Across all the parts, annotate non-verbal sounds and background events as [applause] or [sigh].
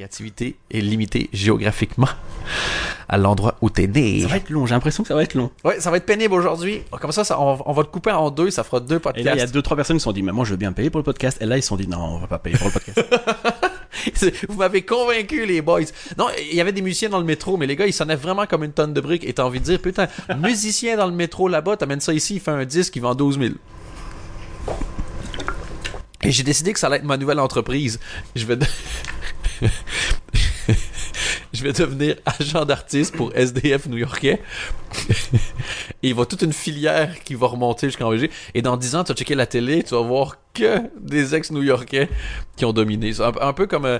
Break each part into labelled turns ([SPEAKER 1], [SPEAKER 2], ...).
[SPEAKER 1] créativité est limitée géographiquement à l'endroit où t'es né.
[SPEAKER 2] Ça va être long, j'ai l'impression que ça va être long.
[SPEAKER 1] Ouais, ça va être pénible aujourd'hui. Comme ça, ça- on, va- on va le couper en deux, ça fera deux
[SPEAKER 2] Et là, il y a
[SPEAKER 1] podcasts. [laughs]
[SPEAKER 2] deux, trois personnes qui se sont dit, mais moi, je veux bien payer pour le podcast. Et là, ils se sont dit, non, on va pas payer pour le podcast.
[SPEAKER 1] C'est- Vous m'avez convaincu, les boys. Non, il y avait des musiciens dans le métro, mais les gars, ils sonnaient vraiment comme une tonne de briques. Et t'as envie de dire, putain, [laughs] musicien dans le métro là-bas, t'amènes ça ici, il fait un disque, il vend 12 000. Et j'ai décidé que ça allait être ma nouvelle entreprise. Je vais, de- [laughs] je vais devenir agent d'artiste pour SDF new-yorkais. Et il va toute une filière qui va remonter jusqu'en VG. Et dans 10 ans, tu vas checker la télé, tu vas voir que des ex-new-yorkais qui ont dominé. C'est Un, un peu comme euh,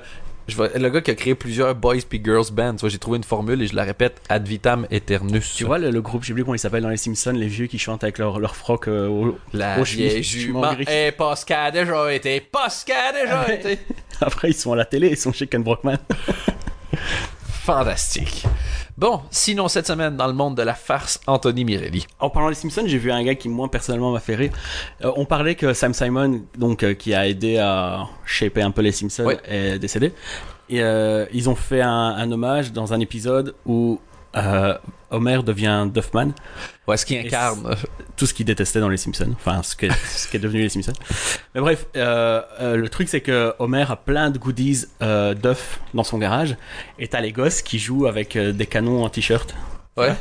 [SPEAKER 1] je vais- le gars qui a créé plusieurs boys puis girls bands. Tu vois, j'ai trouvé une formule et je la répète ad vitam aeternus.
[SPEAKER 2] tu vois, le, le groupe, j'ai oublié comment il s'appelle dans les Simpsons, les vieux qui chantent avec leur, leur froc euh, au-
[SPEAKER 1] La
[SPEAKER 2] aux
[SPEAKER 1] vieille
[SPEAKER 2] chemises. Je m'en
[SPEAKER 1] jument
[SPEAKER 2] griffe.
[SPEAKER 1] est parce qu'elle a déjà été, parce qu'elle a déjà
[SPEAKER 2] Ouais.
[SPEAKER 1] été.
[SPEAKER 2] Après, ils sont à la télé, ils sont chez Ken Brockman.
[SPEAKER 1] Fantastique. Bon, sinon cette semaine dans le monde de la farce, Anthony Mirelli.
[SPEAKER 2] [laughs] En parlant des Simpsons, j'ai vu un gars qui moi personnellement m'a fait rire. Euh, on parlait que Sam Simon, donc euh, qui a aidé à shaper un peu les Simpsons,
[SPEAKER 1] Ouais.
[SPEAKER 2] est décédé. Et euh, ils ont fait un, un hommage dans un épisode où euh, Homer devient Duffman,
[SPEAKER 1] Ouais, ce qui incarne.
[SPEAKER 2] tout ce qu'il détestait dans les Simpsons, enfin ce qu'est [laughs] ce qu'est devenu les Simpsons. Mais bref, euh, euh, le truc c'est que Homer a plein de goodies euh, Duff dans son garage, et t'as les gosses qui jouent avec euh, des canons en t-shirt.
[SPEAKER 1] Ouais.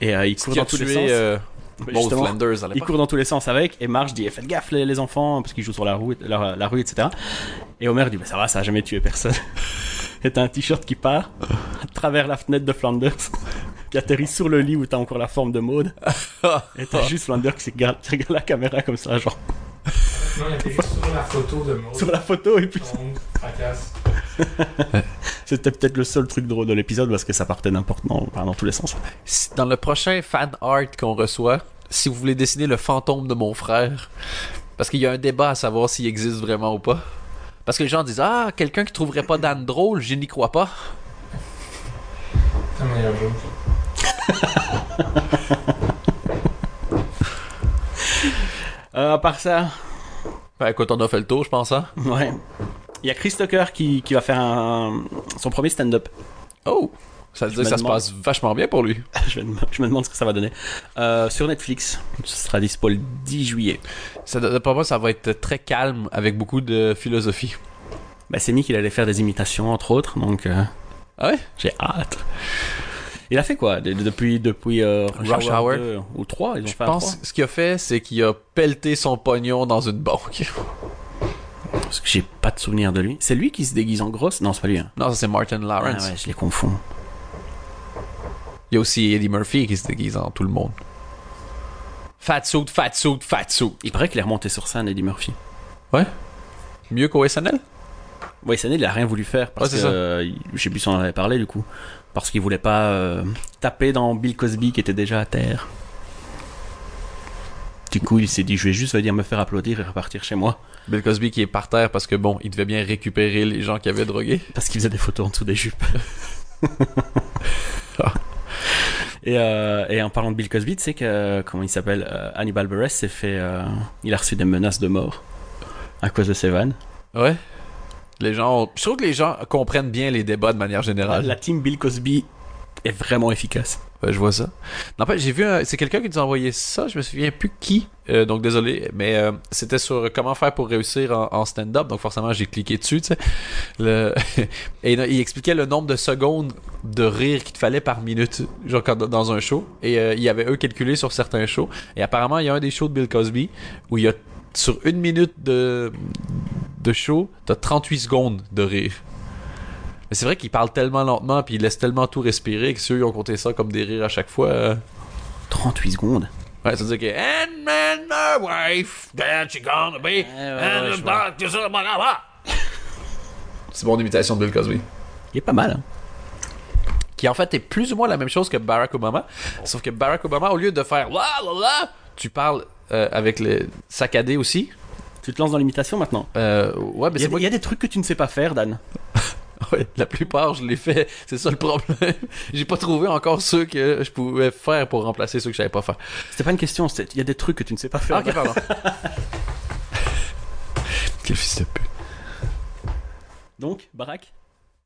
[SPEAKER 2] Et euh, ils courent
[SPEAKER 1] Qui a
[SPEAKER 2] dans tous les
[SPEAKER 1] tué
[SPEAKER 2] sens. Ben,
[SPEAKER 1] euh, Maud
[SPEAKER 2] Justement,
[SPEAKER 1] Flanders à
[SPEAKER 2] il
[SPEAKER 1] l'époque.
[SPEAKER 2] court dans tous les sens avec et Marge dit eh, faites gaffe les, les enfants parce qu'ils jouent sur la rue, la, la rue etc. Et Homer dit bah, ça va ça a jamais tué personne. [laughs] et t'as un t-shirt qui part à travers la fenêtre de Flanders [laughs] qui atterrit sur le lit où t'as encore la forme de Maud
[SPEAKER 1] Ah.
[SPEAKER 2] et
[SPEAKER 1] Oh.
[SPEAKER 2] t'as juste Flanders qui regarde, qui regarde la caméra comme ça genre
[SPEAKER 3] Non, il était sur la photo de Maud.
[SPEAKER 2] sur la photo et puis [laughs]
[SPEAKER 3] On fracasse.
[SPEAKER 2] c'était peut-être le seul truc drôle de l'épisode parce que ça partait n'importe dans, enfin, dans tous les sens.
[SPEAKER 1] Si- Dans le prochain fan art qu'on reçoit, si vous voulez dessiner le fantôme de mon frère, parce qu'il y a un débat à savoir s'il existe vraiment ou pas. Parce que les gens disent Ah, quelqu'un qui trouverait pas Dan drôle, je n'y crois pas.
[SPEAKER 3] C'est un meilleur jour.
[SPEAKER 2] Euh, à part ça
[SPEAKER 1] Ben écoute, on a fait le tour, je pense, hein.
[SPEAKER 2] ouais il y a Chris Tucker qui, qui va faire un- son premier stand-up [laughs]
[SPEAKER 1] Oh! Ça veut
[SPEAKER 2] Je
[SPEAKER 1] dire que
[SPEAKER 2] me
[SPEAKER 1] ça
[SPEAKER 2] demande-
[SPEAKER 1] se passe vachement bien pour lui.
[SPEAKER 2] Je me, je me demande ce que ça va donner. Euh, sur Netflix, ce sera dispo le 10 juillet.
[SPEAKER 1] Ça, pour moi, ça va être très calme avec beaucoup de philosophie.
[SPEAKER 2] Bah, c'est mis qu'il allait faire des imitations, entre autres, donc euh,
[SPEAKER 1] Ah ouais?
[SPEAKER 2] j'ai hâte. Il a fait quoi de- de- depuis, depuis euh, Rush,
[SPEAKER 1] Rush
[SPEAKER 2] Hour
[SPEAKER 1] Hour.
[SPEAKER 2] 2 ou 3 Ils ont
[SPEAKER 1] Je
[SPEAKER 2] fait un
[SPEAKER 1] pense que ce qu'il a fait, c'est qu'il a pelleté son pognon dans une banque. [laughs]
[SPEAKER 2] 3 Parce que j'ai pas de souvenir de lui. C'est lui qui se déguise en grosse Non, c'est pas lui. hein.
[SPEAKER 1] Non, ça c'est Martin Lawrence.
[SPEAKER 2] Ah ouais, je les confonds.
[SPEAKER 1] Il y a aussi Eddie Murphy qui se déguise en tout le monde. Fat suit, fat suit, fat suit.
[SPEAKER 2] Il paraît qu'il est remonté sur scène, Eddie Murphy.
[SPEAKER 1] Ouais. Mieux qu'au SNL?
[SPEAKER 2] Ouais, cette année, il a rien voulu faire parce
[SPEAKER 1] Ouais, c'est ça.
[SPEAKER 2] que euh, il- je sais plus si on en avait parlé du coup. Parce qu'il voulait pas euh, taper dans Bill Cosby qui était déjà à terre. Du coup, il s'est dit, je vais juste venir me faire applaudir et repartir chez moi.
[SPEAKER 1] Bill Cosby qui est par terre parce que bon, il devait bien récupérer les gens qui avaient drogué.
[SPEAKER 2] Parce qu'il faisait des photos en dessous
[SPEAKER 1] [laughs]
[SPEAKER 2] des jupes. Ah. et, euh, et en parlant de Bill Cosby, tu sais que, euh, comment il s'appelle euh, Hannibal Buress s'est fait. euh, il a reçu des menaces de mort à cause de ses vannes.
[SPEAKER 1] Ouais. Les gens, ont- je trouve que les gens comprennent bien les débats de manière générale.
[SPEAKER 2] La team Bill Cosby est vraiment efficace.
[SPEAKER 1] Ouais, je vois ça. N'empêche, j'ai vu, un- c'est quelqu'un qui nous a envoyé ça, je me souviens plus qui, euh, donc désolé, mais euh, c'était sur comment faire pour réussir en, en stand-up, donc forcément j'ai cliqué dessus, tu sais. Le- [laughs] Et non, il expliquait le nombre de secondes de rire qu'il te fallait par minute, genre quand- dans un show, et euh, il y avait eux calculé sur certains shows, et apparemment il y a un des shows de Bill Cosby où il y a sur une minute de, de show, t'as 38 secondes de rire. Mais c'est vrai qu'il parle tellement lentement puis il laisse tellement tout respirer que ceux qui ont compté ça comme des rires à chaque fois. euh,
[SPEAKER 2] 38 secondes.
[SPEAKER 1] Ouais, ça veut dire que And man, my wife, that she gonna be. and
[SPEAKER 2] Eh ouais,
[SPEAKER 1] the
[SPEAKER 2] je vois.
[SPEAKER 1] doctor's a mother. [laughs] C'est mon imitation de Bill Cosby.
[SPEAKER 2] Il est pas mal. hein.
[SPEAKER 1] Qui en fait est plus ou moins la même chose que Barack Obama, sauf que Barack Obama au lieu de faire la la la, tu parles euh, avec le saccadé aussi.
[SPEAKER 2] Tu te lances dans l'imitation maintenant
[SPEAKER 1] Euh, ouais, mais
[SPEAKER 2] Il y,
[SPEAKER 1] c'est
[SPEAKER 2] a,
[SPEAKER 1] moi
[SPEAKER 2] il y a des trucs que tu ne sais pas faire, Dan.
[SPEAKER 1] [laughs] Ouais, la plupart, je l'ai fait. C'est ça le problème. [laughs] J'ai pas trouvé encore ceux que je pouvais faire pour remplacer ceux que je savais pas faire.
[SPEAKER 2] C'était pas une question, c'était- il y a des trucs que tu ne sais pas faire.
[SPEAKER 1] Ah, ok, pardon. [laughs] Quel fils de pute.
[SPEAKER 2] Donc, Barack